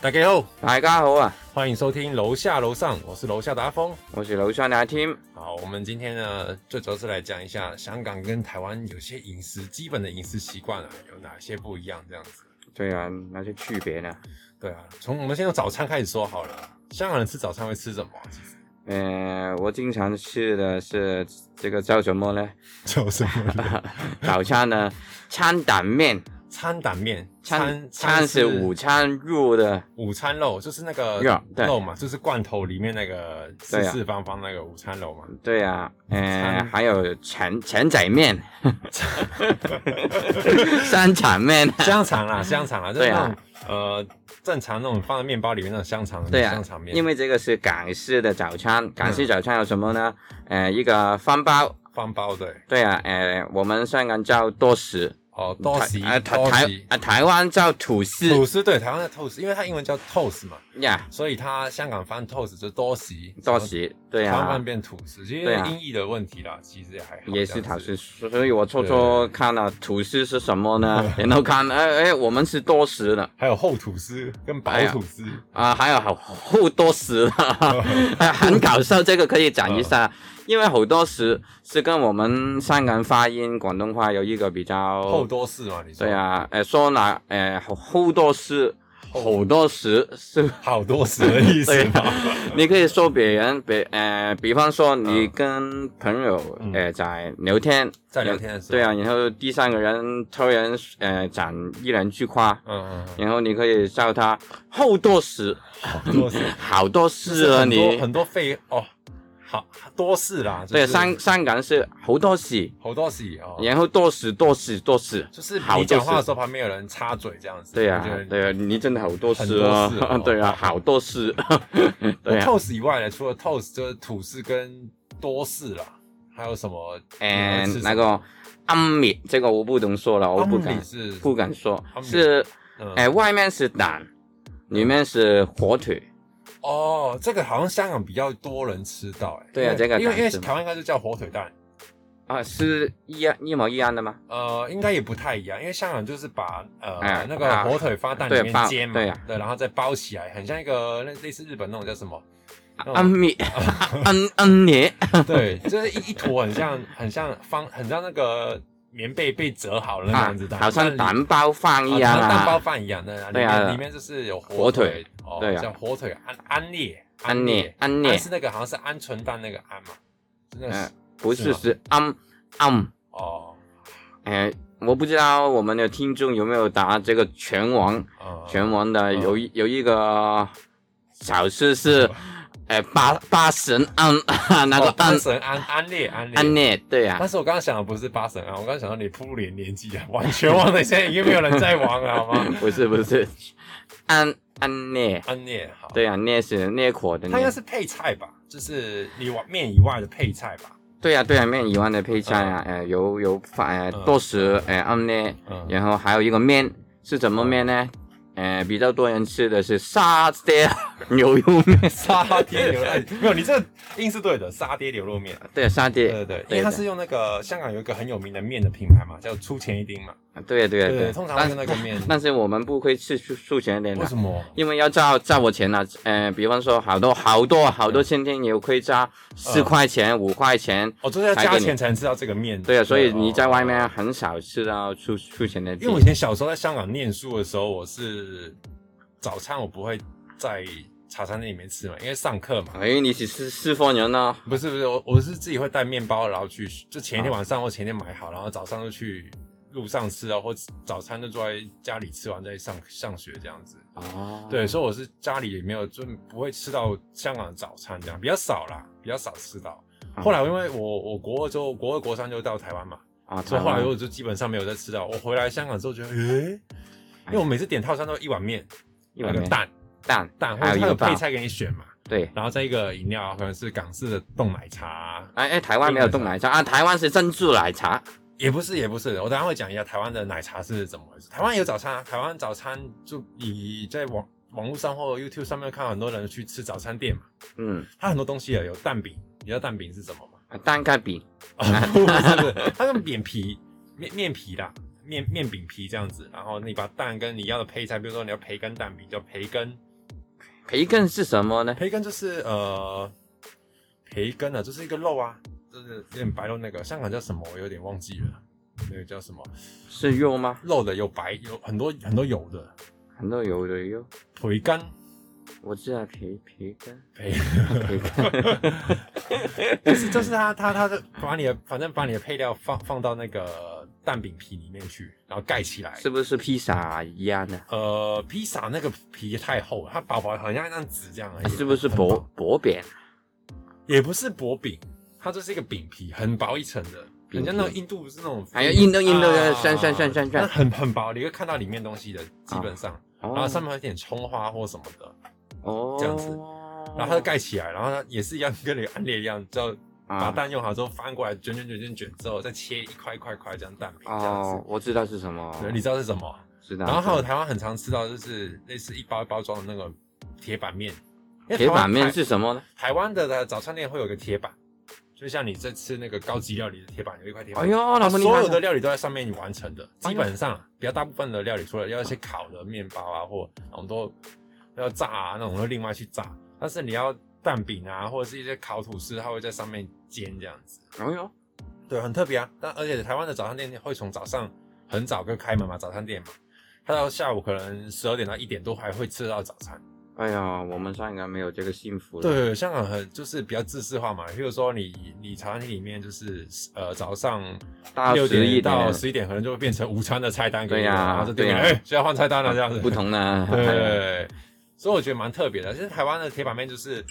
大家好，大家好啊，欢迎收听楼下楼上，我是楼下的阿峰。我是楼下的阿 Tim。好，我们今天呢，最主要是来讲一下香港跟台湾有些饮食基本的饮食习惯啊，有哪些不一样这样子。对啊，那些区别呢？对啊，从我们先从早餐开始说好了。香港人吃早餐会吃什么啊？其实呃，我经常吃的是这个叫什么呢？ 就是早餐呢，餐蛋面，餐胆面，餐餐餐是午餐肉的，午餐肉，就是那个肉对肉嘛，就是罐头里面那个四对啊四方方那个午餐肉 嘛。对啊，呃，餐还有肠肠仔面， 三肠面， 香肠啦，香肠啦，就是对那啊种呃正常那种放在面包里面那种香肠，对啊香肠面，嗯因为这个是港式的早餐，港式早餐有什么呢？呃，一个饭包，方包对，对啊，呃，我们香港叫多士，哦，多士，台啊多台士，啊台湾叫吐司吐司对，台湾的 toast，因为它英文叫 toast 嘛，呀。所以它香港翻 toast 就是多士，到时对然后台湾啊翻，变吐司，其对实啊音译的问题啦，其实也还好，也是这样吐子司，所以我初初看了吐司是什 么呢？然后看，哎哎，我们是多时了还有厚吐司跟薄哎呀吐司，啊，还有好好多 时了，哎很搞笑，这个可以讲一嗯下，因为好多时是跟我们香港发音、广东话有一个比厚较，多士嘛，你说对，啊，呃，说哪，呃，好好多时，好多时是。好多士的意思对啊嘛， 你可以说别人，比呃，比方说你跟朋友嗯呃在聊天， 在聊天的时候，对，啊，然后第三个人突然呃讲一两句话，嗯嗯嗯，然后你可以叫他好多事，好多士。好多事啊很多你。很多废哦，好多事啦，就对，是香香港是好多事，好多事哦，然后多事多事多事。就是好你多讲话的事时候旁边有人插嘴这样子，对我觉啊得，对啊，你真的好多事很多事哦啊， 对啊，好多事， 对啊， toast 以外呢，除了 toast 就是吐司跟多事啦，还有什么？嗯，你们吃什么那个暗米，这个我不能说了，我不安敢米是不敢说，安米是，嗯哎，外面是蛋，里面是火腿，哦，这个好像香港比较多人吃到哎，对啊因为这个因为因为敢吃吗台湾应该就叫火腿蛋，啊，是一样一模一样的吗？呃，应该也不太一样，因为香港就是把呃哎那个啊火腿发蛋对里面包煎嘛对啊，对，然后再包起来，很像一个那类似日本那种叫什么？那种 安米，安安你，对，就是一一坨很像很像方很像那个棉被被折好了那个啊样子，，好像蛋蛋包饭一样蛋包啊。饭一样的，对里啊面里面就是有火腿腿，哦，对啊叫火腿安安列安列列安列啊列是那个好像是鹌鹑蛋那个安嘛，真的是嗯，不是是吗是安安，哦，哎，我不知道我们的听众有没有打这个拳王，嗯拳王的有一有一个小事是，哎八八神 安那个哦八安神安安列安安列。列对啊但，是我刚刚想的不是八神安，啊我刚刚想到你铺路连年纪啊，完全忘了，现在已经没有人在玩了，好吗？不是不是安安列，安列好，对啊，列是列火的它应该列，是配菜吧，就是你碗面以外的配菜吧，对啊对啊，面以外的配菜啊，哦哎有有饭哎嗯多食哎安列。嗯，然后还有一个面是什么面啊呢？呃，比较多人吃的是沙爹牛肉面，沙爹牛肉，哎 没有，你这音是对的，沙爹牛肉面， 对沙爹，对对对，因对为它的是用那个香港有一个很有名的面的品牌嘛，叫出前一丁嘛，对对对，对，通常会但用那个面，但是我们不会吃素素全脸为的，什么？因为要照照我钱了，呃，比方说好多好多好嗯多餐厅也会加四块钱五块钱，哦，就是要还给加你钱才能吃到这个面，对啊，所以你哦在外面很少吃到素素全的因为我以前小时候在香港念书的时候，我是早餐我不会在茶餐厅里面吃嘛，因为上课嘛。哎，你只是四方人呢？不是不是，我我是自己会带面包，然后去就前一天晚上或前一天买好，然后早上就去路上吃啊，或早餐就坐在家里吃完再上上学这样子。哦，对，所以我是家里也没有，就不会吃到香港的早餐这样，比较少啦，比较少吃到。嗯后来因为我我国二之后，国二国三就到台湾嘛，啊，所以后来又我就基本上没有再吃到。我回来香港之后觉得，诶、因为我每次点套餐都一碗面，一碗那个面蛋蛋蛋，或还者有一它个有配饭，菜给你选嘛，对。然后再一个饮料，啊可能是港式的冻奶茶，哎哎，台湾没有冻奶茶啊，台湾是珍珠奶茶。也不是也不是，我等一下会讲一下台湾的奶茶是怎么回事。台湾有早餐啊，台湾早餐就以在网网络上或 YouTube 上面看到很多人去吃早餐店嘛。嗯，它很多东西啊，有蛋饼，你知道蛋饼是什么吗？蛋糕饼啊，不是不是，它是面皮面面皮啦，面面饼皮这样子，然后你把蛋跟你要的配菜，比如说你要培根蛋饼，叫培根培根是什么呢？培根就是呃，培根啊，就是一个肉啊，就是有点白肉那个，香港叫什么我有点忘记了，那个叫什么是肉吗？肉的有白有很多很多油的很多有的肉，培根我知道培培根，培，培根 就是就是它它它的把你的反正把你的配料放放到那个蛋饼皮里面去，然后盖起来。是不是披萨一样的？呃，披萨那个皮太厚了，它薄薄，好像一张纸这样而已。是不是很 薄薄？薄饼？也不是薄饼，它就是一个饼皮，很薄一层的，饼皮很像那种印度是那种，还有印度印度啊的涮涮涮涮啊那涮，很很薄，你会看到里面东西的，基本上，然后上面还有一点葱花或什么的，哦这样子，然后它就盖起来，然后它也是一样跟那个安列一样，之后把啊蛋用好之后翻过来卷卷卷卷卷之后，再切一块一块块这样蛋饼这样哦子，，我知道是什么，对，你知道是什么？知道。然后还有台湾很常吃到就是类似一包一包装的那个铁板面，因为铁台湾板面台是什么呢？台湾的的早餐店会有个铁板，就像你在吃那个高级料理的铁板，有一块铁板。哎呦，那它么厉害所啊！有的料理都在上面完成的，哎呦基本上比较大部分的料理，除了要一些烤的面包啊，或那种都要炸啊那种，会另外去炸。但是你要蛋饼啊，或者是一些烤吐司，它会在上面煎这样子。哎呦，对，很特别啊。但而且台湾的早餐店会从早上很早就开门嘛，早餐店嘛，它到下午可能十二点到一点多还会吃到早餐。哎呀，我们香港没有这个幸福了。，对，香港很就是比较自式化嘛。譬如说你你茶餐厅里面就是呃早上到六11点点到十一点，可能就会变成午餐的菜单给你，对呀然后就对面对呀哎，现在换菜单了这样子。不同 的。对，所以我觉得蛮特别的。其实台湾的铁板面就是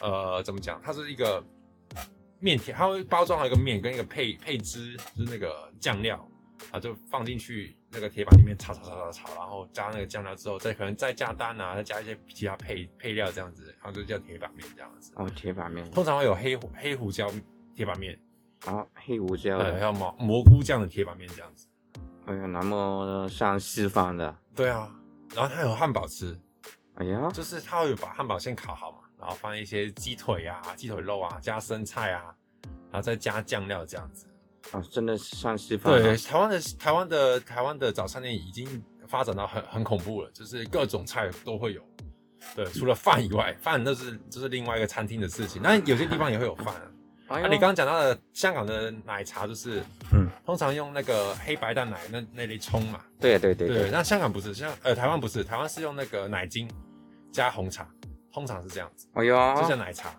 呃怎么讲，它是一个面条，它会包装好一个面跟一个配配汁，就是那个酱料啊，就放进去那个铁板里面炒炒炒炒炒，然后加那个酱料之后，再可能再加蛋啊，再加一些其他配配料这样子，然后就叫铁板面这样子。哦，铁板面，通常会有黑胡黑胡椒铁板面，哦，黑胡椒呃，还的，有蘑蘑菇酱的铁板面这样子。哎呀，那么像西方的，对啊，然后它有汉堡吃，哎呀，就是他会把汉堡先烤好嘛，然后放一些鸡腿啊、鸡腿肉啊，加生菜啊，然后再加酱料这样子。哦，真的像西方对，的，台湾的台湾的台湾的早餐店已经发展到很很恐怖了，就是各种菜都会有。对，除了饭以外，饭那是就是另外一个餐厅的事情。那有些地方也会有饭啊。哎那、呦你刚刚讲到的香港的奶茶，就是嗯，通常用那个黑白蛋奶那那类冲嘛。对对对对，对，那香港不是，香呃台湾不是，台湾是用那个奶精加红茶，通常是这样子。哎就像呦，奶茶，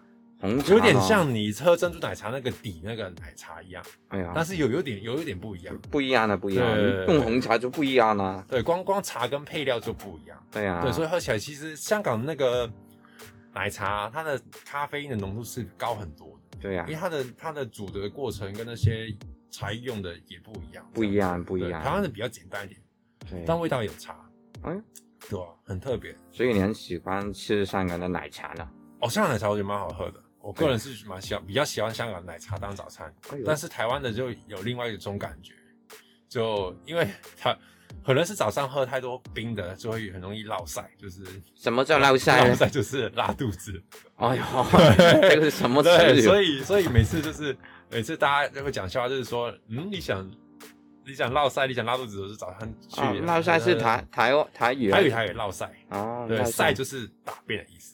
红茶有点咯，像你喝珍珠奶茶那个底那个奶茶一样，哎但呀，是有有点有有点不一样。不一样的，不一样对的，对对你用红茶就不一样了。对，光光茶跟配料就不一样。对呀，对，所以喝起来其实香港那个奶茶，它的咖啡因的浓度是高很多的，对呀因为，它的它的煮的过程跟那些才用的也不一样，不一样，不不一台湾样。的比较简单一点，对，但味道有差。哎，对啊，很特别。所以你很喜欢吃香港的奶茶呢？哦，香港奶茶我觉得蛮好喝的，我个人是蛮喜欢，比较喜欢香港奶茶当早餐。哎呦但是台湾的就有另外一种感觉，就因为它可能是早上喝太多冰的，就会很容易落晒，就是什么叫捞晒落呢？晒就是拉肚子。哎呦，这个是什么词对，语？所以所以每次就是每次大家就会讲笑话，就是说，嗯，你想你想落晒，你想拉肚子，就是早上去呃啊，捞晒是台台湾台语啊，台语台语落晒，哦，对，捞晒就是啊大便的意思。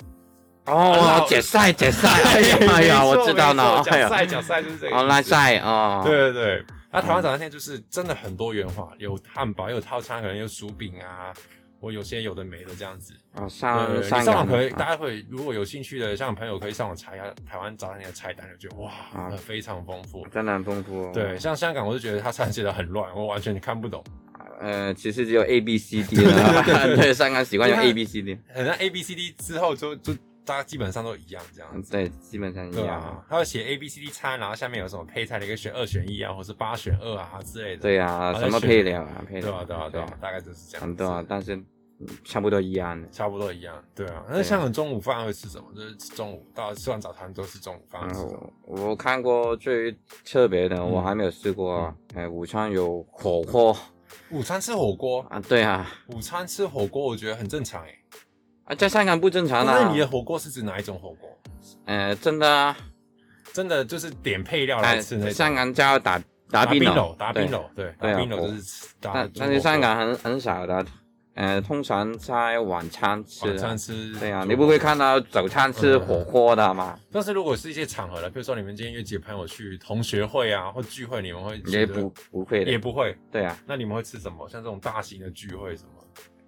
哦捞，解晒 解晒，哎呀，没错我知道了，没错讲哎呀，晒讲晒就是这个意思。哦，拉晒哦，对对对，那台湾早餐店就是真的很多元化，有汉堡，有套餐，可能有薯饼啊，或有些有的没的这样子。哦，呃，上你上网港可以，大啊家会如果有兴趣的，像朋友可以上网查一下台湾早餐店的菜单，就觉得哇，啊那非常丰富。真的很丰富哦。对，，像香港，我就觉得它餐写的很乱，我完全看不懂，呃，其实只有 A B C D 了， 对，香港习惯用对 A B C D，很像 A B C D 之后就就大家基本上都一样这样子。对，基本嗯上一对样啊。，它会写 A B C D 餐，然后下面有什么配菜的，一个选二选一啊，或是八选二啊之类的。对呀，在什么选配料啊？配对料啊，对啊，对啊，大概就是这样子。很多啊，但是嗯差不多一样的。差不多一样，对啊。对那啊香港中午饭会吃什么？就是吃中午到吃完早餐啊都是中午饭然吃什么。后我看过最特别的，我嗯还没有试过啊。哎，午餐有火锅午餐吃火锅，啊，对啊，午餐吃火锅，我觉得很正常哎、啊，在香港不正常哦那啊你。的火锅是指哪一种火锅？呃，真的啊，真的就是点配料来哎，吃那种。香港叫打打打冰哦冰楼楼，，打冰楼，对，对啊打冰楼火就是吃打但中但国是香锅港很很少的，呃，通常在晚餐吃啊。晚餐吃，对啊，你不会看到早餐吃嗯火锅的嘛？但是如果是一些场合了，比如说你们今天约几个朋友去同学会啊或聚会，你们会吃也的不不会也的，不会。对啊，那你们会吃什么？像这种大型的聚会什么？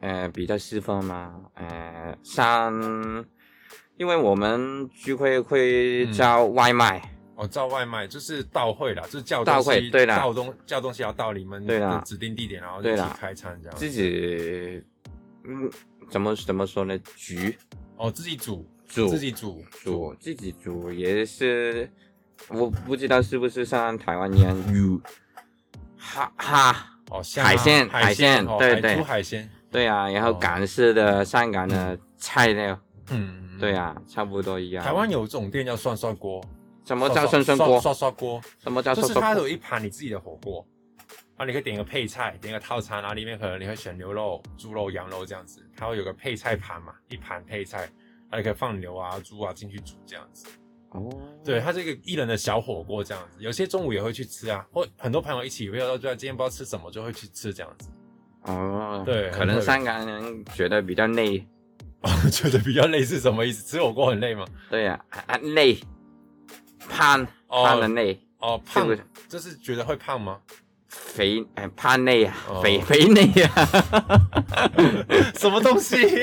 呃，比较四分嘛，呃，三，因为我们聚会会嗯叫外卖，哦，叫外卖就是到会啦，就是叫到东会西，对啦到东叫东西要到你们对啦的指定地点，然后对一起啦开餐这样。自己，嗯，怎么怎么说呢？煮哦，自己煮，煮自己煮，煮自己煮也是，我不知道是不是像台湾一样有，哈哈，哦，虾海鲜海海鲜哦对海对煮海鲜，对啊，然后哦港式的、香港的菜料，嗯，对。啊，差不多一样。台湾有一种店叫涮涮锅，什么叫涮涮锅？涮涮锅，什么叫就涮是它涮锅？有一盘你自己的火锅，然后你可以点一个配菜，点一个套餐，然后里面可能你会选牛肉、猪肉、羊肉这样子，它会有个配菜盘嘛，一盘配菜，然后你可以放牛啊、猪啊进去煮这样子。哦，对，它是一个一人的小火锅这样子，有些中午也会去吃啊，或很多朋友一起，比如说对啊，今天不知道吃什么，就会去吃这样子。 哦，对可很特能别香港人觉得比较累，我觉得比较累是什么意思？吃火锅很累吗？对呀、啊，啊累，胖哦胖的累，哦，是胖不是就是觉得会胖吗？ 肥哎胖累啊，哦肥肥累啊，什么东西？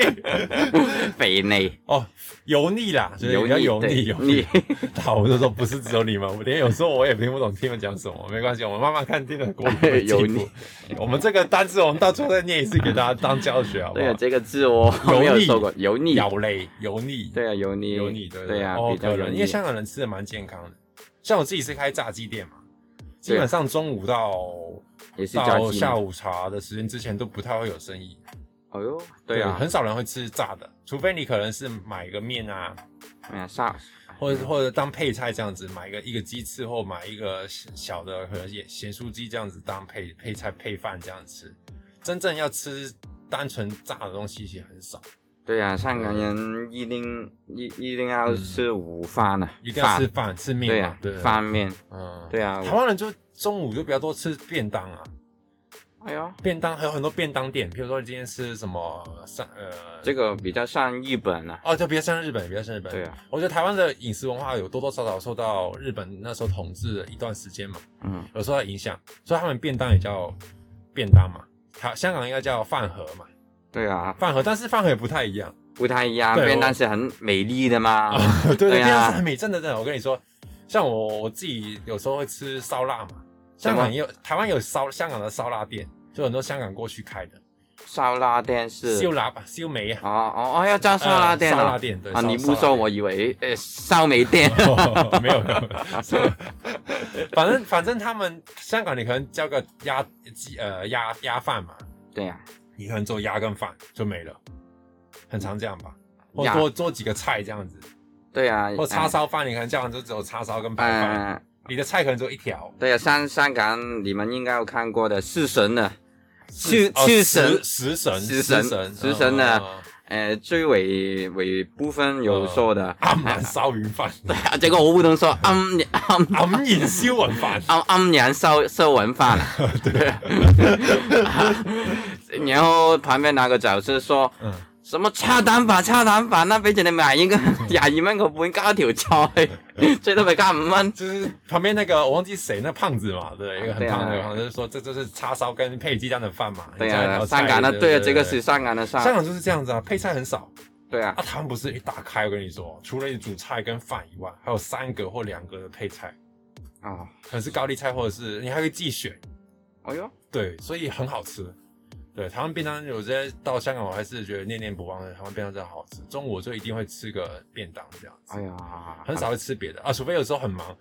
肥累，哦，油腻啦，就是比较油腻油腻腻。。 好，我就说不是只有你们，我连有时候我也听不懂听你们讲什么，没关系，我们慢慢看听的国语会进 油步腻。我们这个单词我们到最后再念一次给大家当教学，好不对啊好，？这个字我油没有腻说过，油腻。咬嘞，油腻，对啊，油腻，油腻，对对啊，哦比，较可油能腻。因为香港人吃的蛮健康的，像我自己是开炸鸡店嘛，基本上中午到啊也是炸到鸡下嘛。午茶的时间之前都不太会有生意。哦哟，对啊，很少人会吃炸的，除非你可能是买个面啊，嗯，下或者或者当配菜这样子，买一个一个鸡翅或买一个小小的可能咸咸酥鸡这样子当配配菜配饭这样吃。真正要吃单纯炸的东西其实很少，对啊，香港人一定一一定要嗯吃午饭啊，一定要吃饭饭吃面对嘛啊，，对，饭面，嗯，对啊，台湾人就中午就比较多吃便当啊，哎呦，便当还有很多便当店，比如说今天吃什么上呃这个比较像日本啊，哦，就比较像日本，比较像日本。对啊，我觉得台湾的饮食文化有多多少少受到日本那时候统治的一段时间嘛，嗯，有受到影响，所以他们便当也叫便当嘛，它香港应该叫饭盒嘛，对啊，饭盒，但是饭盒也不太一 样。不太一样，对便我当是很美丽的嘛，对对，对啊便当是很美，真的真的，我跟你说，像我我自己有时候会吃烧腊嘛，香港也有，台湾有烧香港的烧腊店，就很多香港过去开的烧腊店是烧，腊吧，烧梅啊，哦哦哦，要叫烧腊店呃烧啊腊，店对啊，烧你烧不腊说店我以为呃烧梅店， 哦没有没有，反正 反正他们香港，你可能叫个鸭鸡呃鸭鸭饭嘛，对啊，你可能做鸭跟饭就没了，很常这样吧。或鸭多做几个菜这样子，对啊，或叉烧饭，你可能叫完就只有叉烧跟白嗯，饭，呃你的菜可能只有一条。对啊，香香港你们应该有看过的四神的，是去哦去食神食神食神神神食神呢嗯嗯嗯呃最尾尾部分哦有说的，黯然烧云 饭，啊这个我不能说，嗯嗯。，黯然销魂饭安安然收收完饭，对，然后旁边那个角色说嗯，什么叉蛋飯、叉蛋飯啦，俾住你買應該廿二蚊個半加條菜，最多咪加五蚊。就是旁边那个我忘记谁，那胖子嘛，对，一个很对啊胖的，好像就是说这就是叉烧跟配鸡蛋的饭嘛。對你加一啊，条香菜港的对對啊，对這個对是香港的香上，港就是这样子啊，配菜很少對啊啊。，他们不是一打开，我跟你说，除了煮菜跟饭以外，还有三个或两个的配菜，哦，可能是高丽菜，或者是你还可以自己选，哎呦，对，所以很好吃。对，台湾便当有些到香港，我还是觉得念念不忘的台湾便当真的好吃。中午我就一定会吃个便当这样子哎，呀，很少会吃别的啊，除非有时候很忙，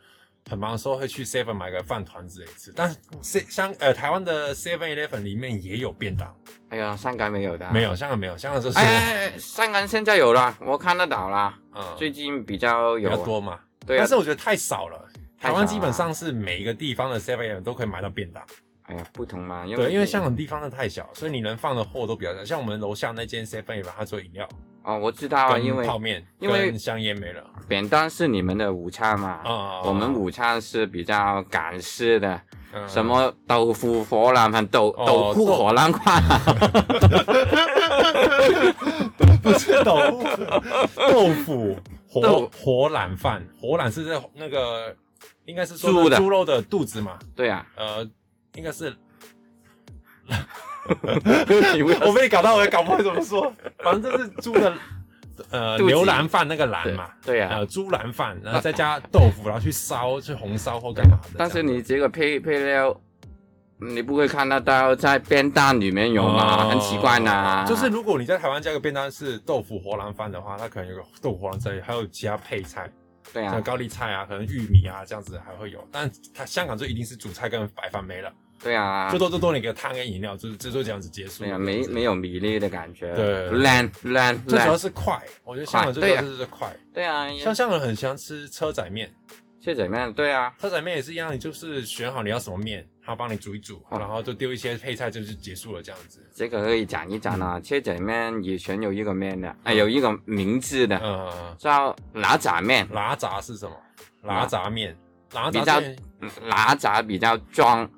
很忙的时候会去 Seven 买个饭团之类吃。但嗯是香呃台湾的 Seven Eleven 里面也有便当，哎呀，香港没有的，没。有香港没有，香港就是、哎哎，哎香港現在有啦，我看得到啦，嗯最近比較比有较啊，多嘛。對啊但是，我觉得太少了。台太少啊湾基本上是每一个地方的 Seven Eleven 都可以买到便当，哎呀，不同嘛，因对，因为你香港地方的太小，所以你能放的货都比较小。像我们楼下那间 Seven Eleven，它做饮料、哦，我知道啊，因跟為泡面、因为跟香烟没了扁担是你们的午餐嘛？啊。我们午餐是比较港式的，嗯什么豆腐火腩饭、豆、 哦豆腐豆火腩饭，不是 豆腐，豆腐豆火火腩饭，火腩是在那个应该是说猪的猪肉的肚子嘛，对 啊，呃，应该是你不要 我被你搞到，我也搞不会怎么说， 反正就是猪的呃肚子牛腩饭那个腩对嘛，对啊呃，猪腩饭，然后再加豆腐，然后去烧，去红烧或干嘛的。但这是样你这个配配料，你不会看得到在便当里面有嘛，哦很奇怪呐。就是如果你在台湾加个便当是豆腐火腩饭的话，它可能有个豆腐火腩之类，还有其他配菜，对啊像，高丽菜啊，可能玉米啊这样子还会有。但它香港就一定是主菜跟白饭没了，对啊最，多最多你给汤跟饮料，就是最多这样子结束。对啊，没没有米粒的感觉，对烂烂最主要烂，是快，我觉得香港最多快对啊就是快。对啊，像香港人很喜欢吃车仔面，是怎么样？对啊，车仔面也是一样，你就是选好你要什么面，他帮你煮一煮，哦然后就丢一些配菜，就是结束了这样子。这个可以讲一讲嗯啊。车仔面以前有一个面的，啊，有一个名字的呃，叫哪吒面，拉杂是什么？拉杂面，拉比杂较面哪吒比较装，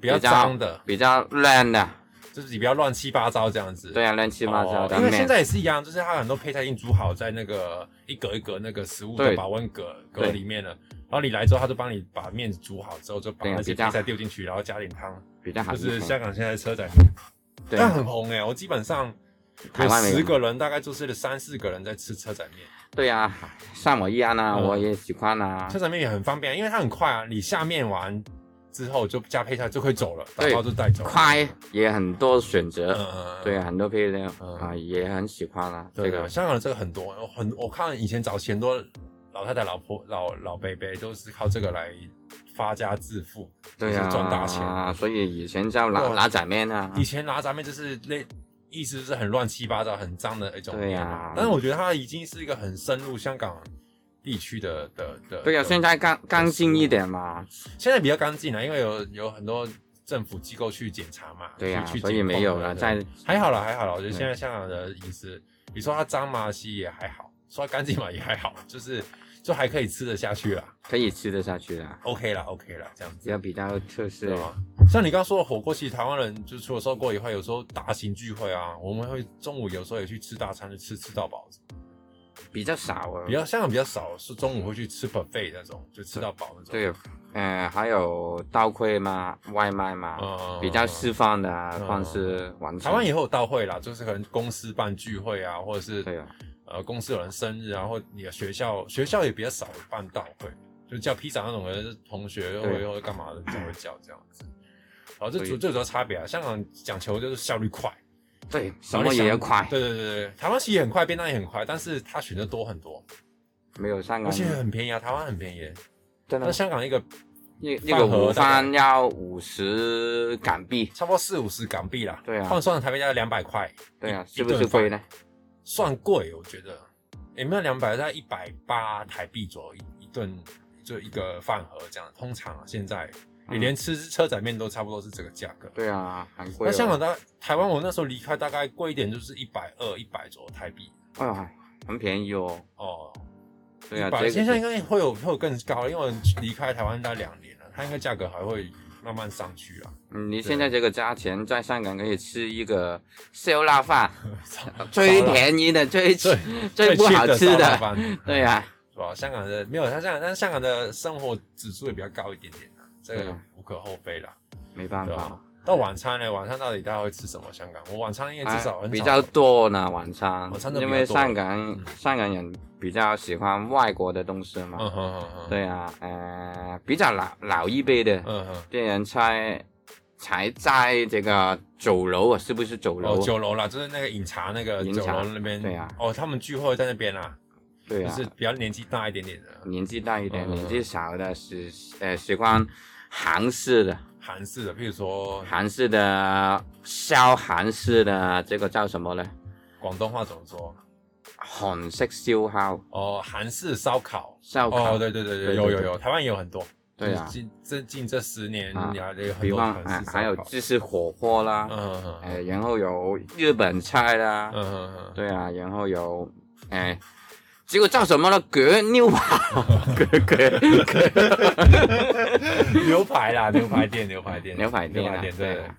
比较比较脏的，比较烂的，就是你不要乱七八糟这样子。对哦，啊，乱七八糟的因为面现。在也是一样，就是它很多配菜已经煮好在那个一格一格那个食物的对保温格格对里面了。然后你来之后，他就帮你把面煮好之后，就把对啊那些比较配菜丢进去，然后加点汤。比较好就一是点，香港现在的车仔面，对但啊很红哎、我基本上台有湾没有十个人，大概就是三四个人在吃车仔面。对啊，像我一样啊，嗯我也喜欢啊车。仔面也很方便，因为它很快啊，你下面完之后就加配菜就可以走了，打对包就带走。，快也很多选择，嗯，对啊，很多配料嗯啊也很喜欢啊。对这的，个香港的这个很多，我很我看以前早期很多老太太、老婆、老老伯伯都是靠这个来发家致富，对就是赚大钱。啊，所以以前叫对拿啊拿仔面啊以，前拿咱们就是类，意思是很乱七八糟、很脏的一种对面啊嘛。但是我觉得它已经是一个很深入香港地区的的的。对啊，的现在干干净一点嘛，现在比较干净啊了，因为有有很多政府机构去检查嘛，对啊去去所以监控没有嘛了对在还好了，还好了，我觉得对现在香港的饮食，你说它脏嘛，其实也还好；说它干净嘛，也还好， 就是就还可以吃得下去啦可以吃得下去啊啦， ，OK 啦，OK 啦，这样子，要比较特对色。吧？像你刚刚说的火锅，其实台湾人就除了收锅以外，有时候大型聚会啊，我们会中午有时候也去吃大餐，就吃吃到饱。比较少啊比。较香港比较少，是中午会去吃 buffet 那种，就吃到饱那种。对，呃，还有刀盔嘛，外卖嘛，嗯，啊比较释放的啊嗯方式完成。台湾也有到会啦，就是可能公司办聚会啊，或者对是啊，呃公司有人生日啊，或你的学校学校也比较少办到会，就叫披萨那种人同学或对者或者干嘛的才会叫这样子。然后这所以主最主要差别啊，香港讲求就是效率快，对，什么也要快，对对对对，台湾其实也很快，便当也很快，但是它选择多很多，没有香而港且很便宜啊，台湾很便宜。嗯真那的香港一个一一个午饭要五十港币，差不多四五十港币啦，对啊换算台币大概两百块，对啊，一是不是贵？呢？算贵，我觉得也没有两百，大概一百八台币左右一一顿，就一个饭盒这样。通常啊，现在你嗯连吃车仔面都差不多是这个价格。对啊，很贵、那哦。香港大台湾，我那时候离开大概贵一点就是一百二、一百左右台币哎呀，很便宜哦。哦。对啊， 100这现在应个该会有会有更高，因为我离开台湾大概两年了，它应该价格还会慢慢上去啊。 嗯你现在这个价钱在香港可以吃一个烧腊饭，烧 最腊便宜的、最最最不好吃最 cheap 烧腊的。饭 对啊，是吧？香港的没有，它香港，但是香港的生活指数也比较高一点点啊，这对个啊无可厚非啦。没办对法啊。到晚餐呢？晚餐到底大家会吃什么？香港，我晚餐因为至少哎很比少较多呢，晚餐，晚餐都比较因多为香港、嗯香港人比较喜欢外国的东西嘛，嗯哼哼哼，对啊，呃，比较老老一辈的嗯哼，啲人才才在这个酒楼啊，是不是酒楼哦，啊？酒楼啦，就是那个饮茶那个饮酒茶楼那边，对啊哦，他们聚会在那边啦，对就啊，是比较年纪大一点点的年纪大一点，嗯年纪小的是呃喜欢韩式的，韩式的，譬如说韩式的烧韩式的这个叫什么呢？广东话怎么说？韩式烧烤，哦，韩式烧烤。烧烤，哦，对对对对，对对有对有有，台湾也有很多。对啊就是近这近这十年啊来有很比多方韩啊式烧烤，还有就是火锅啦嗯，嗯嗯嗯呃，然后有日本菜啦，嗯嗯嗯，对啊，然后有，哎、结果叫什么呢？葛牛扒， 葛葛葛牛排啦，牛排店，牛排店，嗯 牛排店牛啊，排店，对对啊。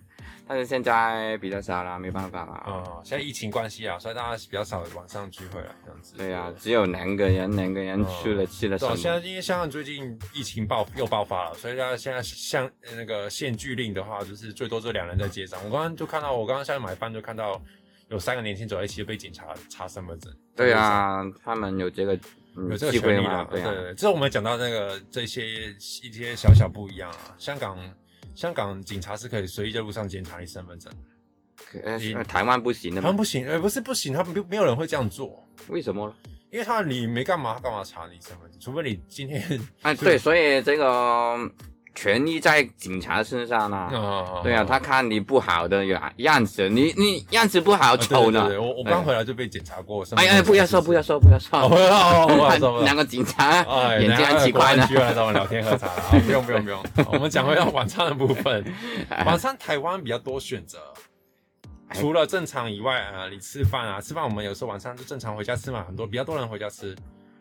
但是现在比较少了，没办法了。啊、现在疫情关系啊，所以大家比较少晚上聚会啊了，这样子。对啊呀、对只有两个人，两个人去了、吃了什对啊，现在么？因为香港最近疫情爆又爆发了，所以大家现在像呃那个限聚令的话，就是最多就两人在街上。我刚刚就看到，我刚刚下去买饭就看到有三个年轻走在一起被警察查身份证。对啊，他们有这个嗯有这个机权会利嘛啦，？对对啊，对，这我们讲到那个这些一些小小不一样啊。香港香港警察是可以随意在路上检查你身份证，可呃你呃台湾不行的他们嘛？不行，呃，不是不行，他们没有没有人会这样做，为什么呢？因为他你没干嘛，他干嘛查你身份证？除非你今天哎，对，所以这个权力在警察身上啦、啊，对啊，他看你不好的样样子，你你样子不好啊丑呢对对。对我我刚回来就被检查过身份哎证，哎，不要说不要说不要哦，不说，要说不要说不要两个警察哎，眼睛很奇怪呢需。要来找我们聊天喝 茶了啊！不用不用不用，我们讲回到晚餐的部分。哎晚餐台湾比较多选择，除了正常以外，呃，你吃饭啊，吃饭我们有时候晚上就正常回家吃嘛，很多比较多人回家吃，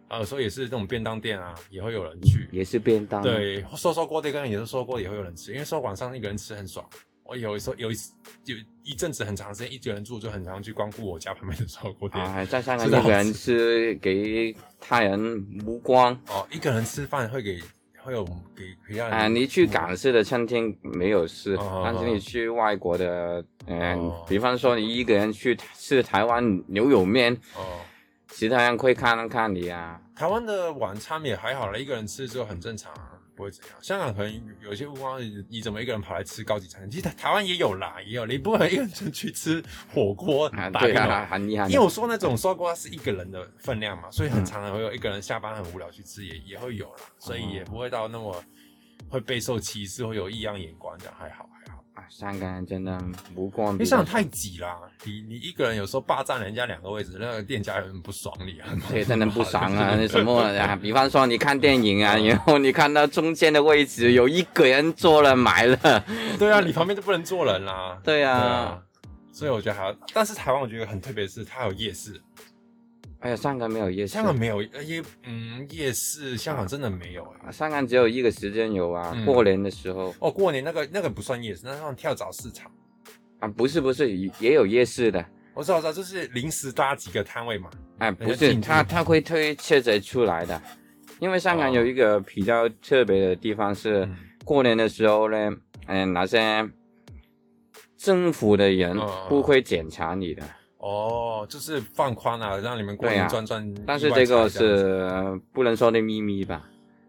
啊，有时候也是这种便当店啊，也会有人去。也是嗯便当，，对，收收锅这个也是收锅也会有人吃，因为说晚上一个人吃很爽。我有时候有一次有一阵子很长时间一个人住，就很常去光顾我家旁边的烧锅店。哎，在香港是的一个人吃给他人无光。哦，一个人吃饭会给会有给陪家人啊，你去港式的餐厅没有事，哎哦但是你去外国的，嗯哦，比方说你一个人去吃台湾牛肉面，哦。其他人会看看你啊。台湾的晚餐也还好了，一个人吃就很正常啊，不会怎样。香港可能有些目光，你怎么一个人跑来吃高级餐？其实台台湾也有啦，也有，你不能一个人去吃火锅啊，打个对啊，脑。很厉害的。因为我说那种烧锅它是一个人的分量嘛，所以很常常会有一个人下班很无聊去吃嗯也，也会有啦，所以也不会到那么会备受歧视，会有异样眼光，这样还好还好。啊香港人真的无光因比为较香少。港太挤啦，你你一个人有时候霸占人家两个位置，那个店家有点不爽你啊。对，真的不 爽啊！那什么啊，比方说你看电影啊，然后你看到中间的位置有一个人坐了埋了， 对啊，你旁边就不能坐人啦。对对啊啊，，所以我觉得还好，但是台湾我觉得很特别，是它有夜市，哎呀，香港没有夜市，香港没有呃夜，嗯，夜市香港真的没有、欸。啊香港只有一个时间有啊，嗯过年的时候哦，过年那个那个不算夜市，那算跳蚤市场。啊，不是不是，也也有夜市的，我知道，我知道，就是临时搭几个摊位嘛。哎，不人家是，进去他他会推车子出来的，因为香港有一个比较特别的地方是哦嗯，过年的时候呢，嗯，那些政府的人哦不会检查你的。哦，就是放宽啊，让你们过对年啊转转、但是这个意外菜是不能说的秘密吧？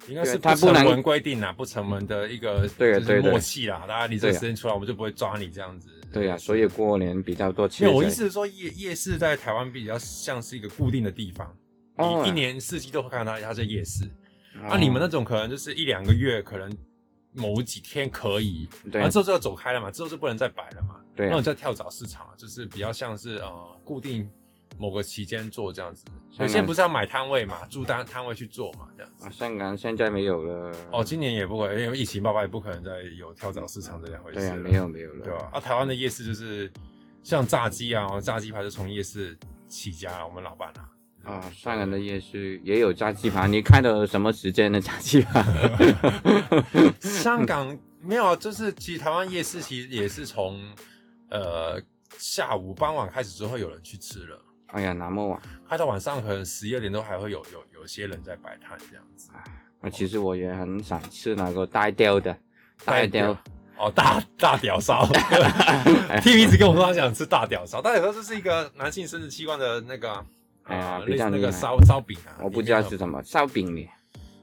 这样子应该是对它不不能成文规定啊，不成文的一个对就啊对是对默契啦。大家你这对个啊时间出来，我们就不会抓你这样子。对呀、所以过年比较多吃没这。有，我意思是说夜夜市在台湾比较像是一个固定的地方，哦你一年四季都会看到它它在夜市。哦，啊，你们那种可能就是一两个月，可能某几天可以，对啊之后就要走开了嘛，之后就不能再摆了嘛。对那啊种叫跳蚤市场啊，就是比较像是呃固定某个期间做这样子。有当些然不是要买摊位嘛，租单摊位去做嘛，这样子啊。香港现在没有了。哦，，今年也不会，因为疫情爆发，也不可能再有跳蚤市场这两回事对呀、啊了。没有没有了。对吧、啊？台湾的夜市就是像炸鸡啊，炸鸡排就从夜市起家了，我们老 板啊。啊，香港的夜市也有炸鸡排，你看到什么时间的炸鸡 排？香港没有，啊就是其实台湾夜市其实也是从呃下午傍晚开始就会有人去吃了，哎呀，那么晚开到晚上可能十一二点都还会有有有些人在摆摊这样子。啊！其实我也很想吃那个带雕的，带带雕雕哦，大大屌 烧，T V 一直跟我说他想吃大屌烧，大屌烧就是一个男性生殖器官的那个啊，哎呀呃比类似较那个厉害烧烧饼啊，我不知道里面有是什么烧饼呢。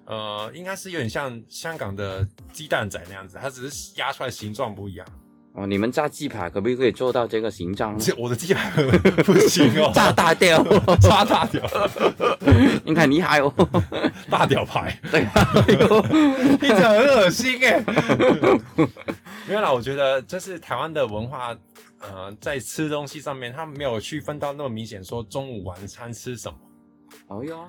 呃，应该是有点像香港的鸡蛋仔那样子，它只是压出来形状不一样。哦，你们炸鸡排可不可以做到这个形状呢？这我的鸡排不行 哦，炸大雕，抓大屌， 你看厉害哦！大屌排， 对啊，哎呦听起来很恶心哎。 没有啦，我觉得就是台湾的文化，呃，在吃东西上面，它没有区分到那么明显，说中午晚餐吃什么。哦哟。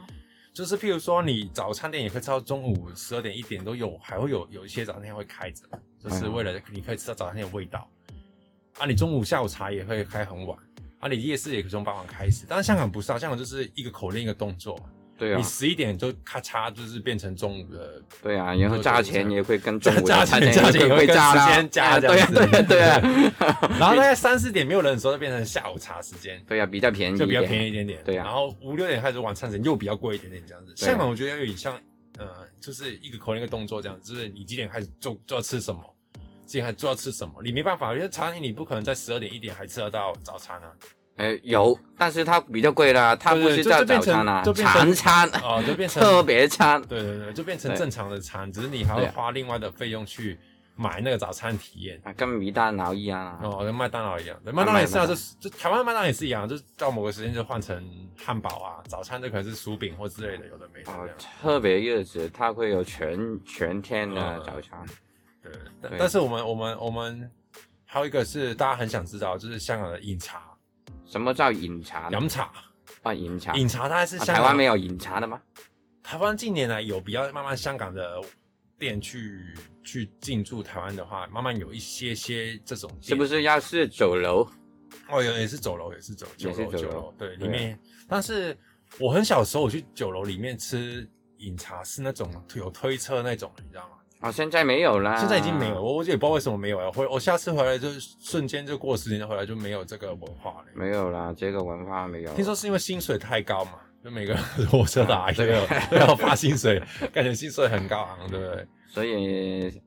就是譬如说，你早餐店也可以吃到中午十二点一点都有，还会有有一些早餐店会开着，就是嗯为了你可以吃到早餐店的味道。啊，你中午下午茶也会开很晚，啊，你夜市也可以从傍晚开始。但是香港不是啊，香港就是一个口令一个动作，对啊你，十一点就咔嚓，就是变成中午的， 对啊，然后就价就钱是也会跟中 午价的钱餐也价钱也会会会跟加时啦间加啊这对呀样对呀子 对呀，然后大概三四点没有人的时候，就变成下午茶时间，对呀，啊比较便宜，就比较便宜宜，一点点。对啊然后五六点开始晚餐时间又比较贵一点点这样子。对啊香港我觉得有点像，呃，就是一个口令一个动作这样子，就是你几点开始就就要吃什么，几点开始就要吃什么，你没办法，因为餐厅你不可能在十二点一点还吃得到早餐 啊。哎有，但是它比较贵啦，它不对对是就叫就变早餐成啦，就变成常餐哦、就变成特别餐，对对对，就变成对正常的餐，只是你还会对啊花另外的费用去买那个早餐体验。啊，跟米蛋劳一样啊，哦，跟麦当劳一样，对，麦当劳也是啊，麦当劳就是就台湾的麦当劳也是一样，就是到某个时间就换成汉堡啊，早餐就可能是薯饼或之类的，有的没的这哦样。，特别日子它会有全全天的嗯早餐，对，但对但是我们我们我们还有一个是大家很想知道，就是香港的饮茶、什么叫饮茶呢？饮茶、啊，饮茶，饮茶，大概是啊香台港湾没有饮茶的吗？台湾近年来有比较慢慢香港的店去去进驻台湾的话，慢慢有一些些这种店是不是要是酒楼？哦，有也是酒楼，也是酒酒也是楼，酒酒楼楼对，对里啊面。但是我很小的时候，我去酒楼里面吃饮茶是那种有推车那种，你知道吗？哦，现在没有啦，现在已经没有了，，我我也不知道为什么没有了。回我下次回来就瞬间就过十年回来就没有这个文化了。没有啦，这个文化没有。听说是因为薪水太高嘛，就每 个人火车打一对个都要发薪水， 感觉薪水很高昂，对不对？所以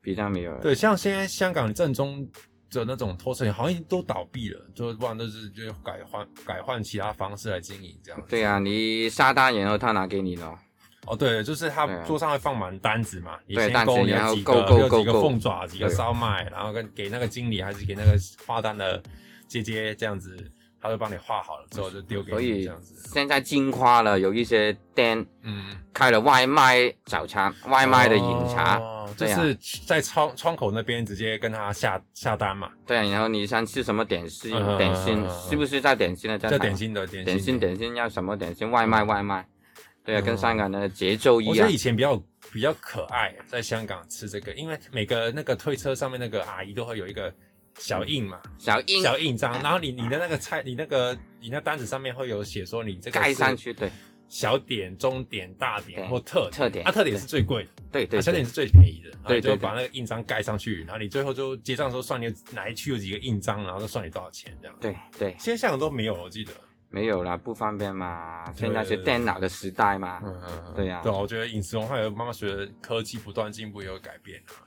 比较没有了。对，像现在香港正宗的那种拖车好像都倒闭了，就不然就是就改换改换其他方式来经营这样子。对啊，你下单然后他拿给你咯。哦，对，就是他对啊桌上会放满单子嘛，你对先单子勾你然有后几够个，够有够几个够凤爪，几个对烧麦，然后跟给那个经理还是给那个画单的姐姐这样子，他就帮你画好了之后就丢给所你以这样子。现在进化了，有一些店嗯，开了外卖早餐、外卖的饮茶。哦就对啊是在窗窗口那边直接跟他下下单嘛，对啊，然后你想吃什么点心？嗯嗯嗯点心嗯嗯是不是叫点心呢？叫台湾点。心的点点心心的。点心要什么点心？外卖外卖。对啊，嗯跟香港的节奏一我觉样得以。前比较比较可爱，在香港吃这个，因为每个那个推车上面那个阿姨都会有一个小印嘛，小印小印章，然后你你的那个菜，你那个你那单子上面会有写说你这个盖上是去，对小点、中点、大点对或特特点啊，特点对是最贵的，对对啊，小点对是最便宜的，然后对你对就对把那个印章盖上去，然后你最后就结账的时候算你哪一区有几个印章，然后就算你多少钱这样。对对，现在香港都没有，我记得。没有啦，不方便嘛。对现在是电脑的时代嘛。嗯嗯嗯对呀对啊，我觉得饮食文化有慢慢随着科技不断进步也有改变啊。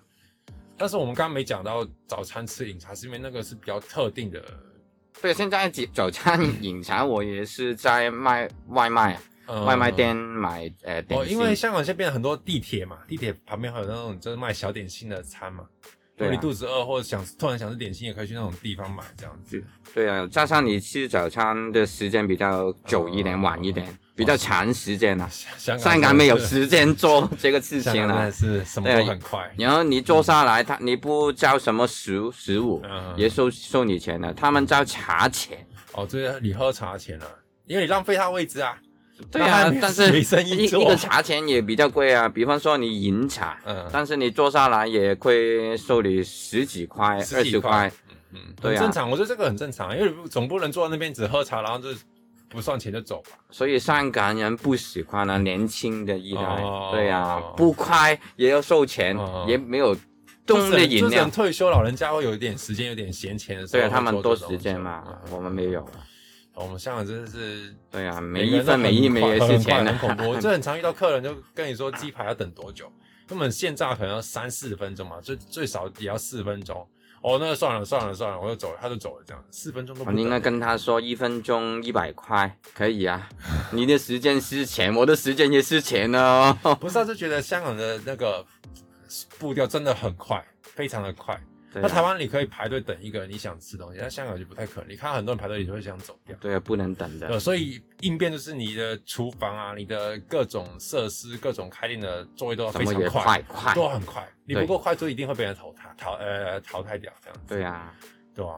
但是我们刚刚没讲到早餐吃饮茶，是因为那个是比较特定的，对，现在早早餐饮茶我也是在卖外卖，啊嗯外卖店买呃点哦，心。因为香港现在变了很多地铁嘛，地铁旁边还有那种就是卖小点心的餐嘛。如对果你啊，肚子饿或者想突然想吃点心，也可以去那种地方买这样子。对啊，加上你吃早餐的时间比较久一点，嗯晚一点，比较长时间啊。香 香真的港没有是时间做这个事香情啊港真了的。是什么对啊都很快。然后你坐下来，他你不交什么食物食物，嗯啊也收收你钱的，他们交茶钱。哦，就是你喝茶钱啊，因为你浪费他位置啊。对那还啊没，但是没生意一做一个茶钱也比较贵啊。比方说你饮茶，嗯，但是你坐下来也会收你十几块、二几十块，，嗯嗯，对很啊正常。我觉得这个很正常，因为总不能坐在那边只喝茶，然后就不算钱就走吧。所以香港人不喜欢啊年轻的一代，哦对啊，不快也要收钱，哦也没有就是动力饮就是料很，退休老人家会有一点时间，有点闲钱的时候对会啊，做这种他事，们多时间嘛，嗯我们没有啊，我们香港真的是对啊，每每一分每一每秒也是钱很啊，恐怖。 我这很常遇到客人就跟你说鸡排要等多久，根本现炸可能要三四分钟嘛，最最少也要四分钟。哦，那算了算了算了，我就走了，他就走了，这样四分钟都不我等。哦应该跟他说一分钟一百块，可以啊，你的时间是钱，我的时间也是钱哦。不是、啊，就觉得香港的那个步调真的很快，非常的快。对 那台啊，湾你可以排队等一个你想吃东西，但香港就不太可能。你看很多人排队，你就会想走掉。对啊，不能等的对，。所以应变就是你的厨房啊，你的各种设施、各种开店的座位都要什非么常也快快，都很快。啊你对不够快，就一定会被人淘汰、淘呃淘汰掉这样子。对啊，对啊。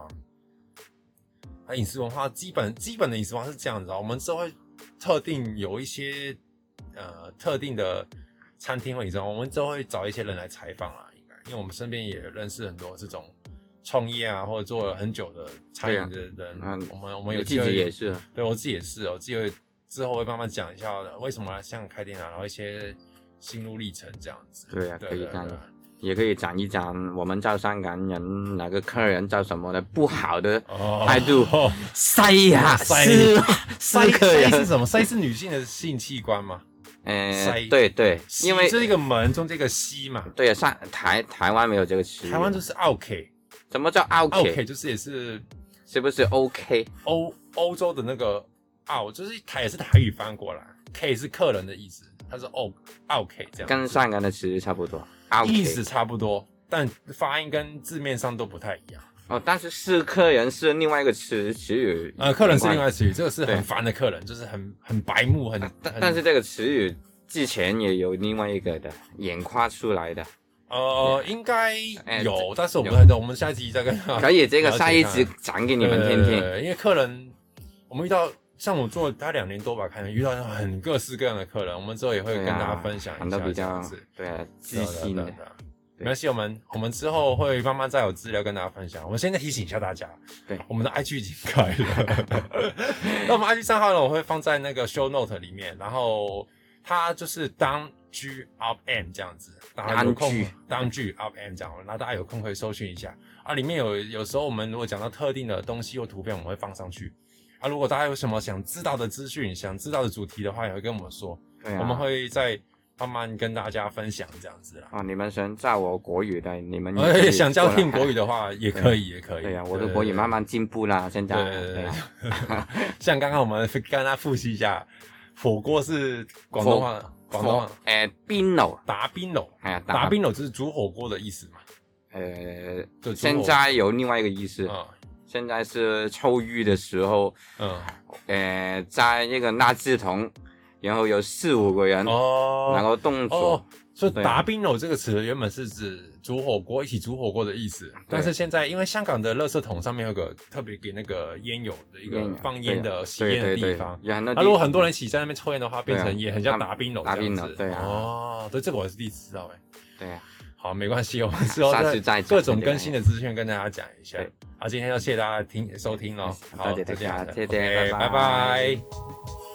那饮食文化基本基本的饮食文化是这样子啊，我们是会特定有一些呃特定的餐厅或饮食文化，我们都会找一些人来采访啊，应该，因为我们身边也认识很多这种创业啊或者做了很久的餐饮的人，嗯我们我我们有自机会己也是，对我自己也是，我自己会之后会慢慢讲一下为什么像开店啊，然后一些心路历程这样子。对啊对可以对这样对也可以讲一讲我们照香港人哪个客人照什么的不好的哦态 度，塞呀、塞是塞 是客塞是人，什么？塞是女性的性器官嘛？塞呃，对对，因为西这是一个门，中间一个西嘛。对啊上台台湾没有这个词语，台湾就是 OK，OK、什么叫 OK？就是也是是不是 OK？欧欧洲的那个澳，就是台也是台语翻过来，K 是客人的意思，它是 O OK 这样，跟上港的词语差不多，OK 意思差不多，但发音跟字面上都不太一样。哦，但是是客人是另外一个词词语，呃，客人是另外词语，这个是很嗯对啊烦的客人，就是很很白目，很但很但是这个词语之前也有另外一个的演化出来的，呃应该哎有，但是我不太懂，我们下一集再跟他可以这个啊了解下一看集讲给你们听对对听。对因为客人，我们遇到像我做大概两年多吧，可能遇到很各式各样的客人，我们之后也会对跟啊大家分享很一多下比这样较子。对啊，对自啊信对啊对的啊对啊对没关系，我们我们之后会慢慢再有资料跟大家分享。我们现在提醒一下大家，对我们的 IG 已经开了， 那我们 IG 账号呢，我会放在那个 show note 里面，然后它就是当 G up M 这样子，然后有空当 G 当 G up M 这样，然后大家有空可以搜寻一下啊。里面有有时候我们如果讲到特定的东西或图片，我们会放上去啊。如果大家有什么想知道的资讯、想知道的主题的话，也会跟我们说，对啊。我们会再慢慢跟大家分享这样子啦。哦，你们想教我国语的，你们也嗯可呃，以想教过来听国语的话，也可以，也可以。对呀、我的国语慢慢进步啦，现在。对对对啊，对， 像刚刚我们跟大家复习一下，火锅是广东话，广东话诶，边炉，打冰篓，哎呀，打冰篓就是煮火锅的意思嘛。呃，就煮火现在有另外一个意思，嗯现在是臭鱼的时候，嗯呃，在一个垃圾桶，然后有四五个人，然哦后动手，哦，所以对啊打冰篓这个词原本是指煮火锅一起煮火锅的意思，但是现在因为香港的垃圾桶上面有个特别给那个烟友的一个嗯放烟的吸对烟的对地对方，，有很多那、地如果很多人一起在那边抽烟的话，对变啊成也很像打冰篓打这样打冰子。篓对啊哦，对，这个我是第一次知道哎。对啊，好，没关系，我们之后下次再再讲各种更新的资讯跟大家讲一下对。嗯好，今天就谢谢大家听收听喽。好，多谢就这大家样子谢谢 OK，拜拜拜拜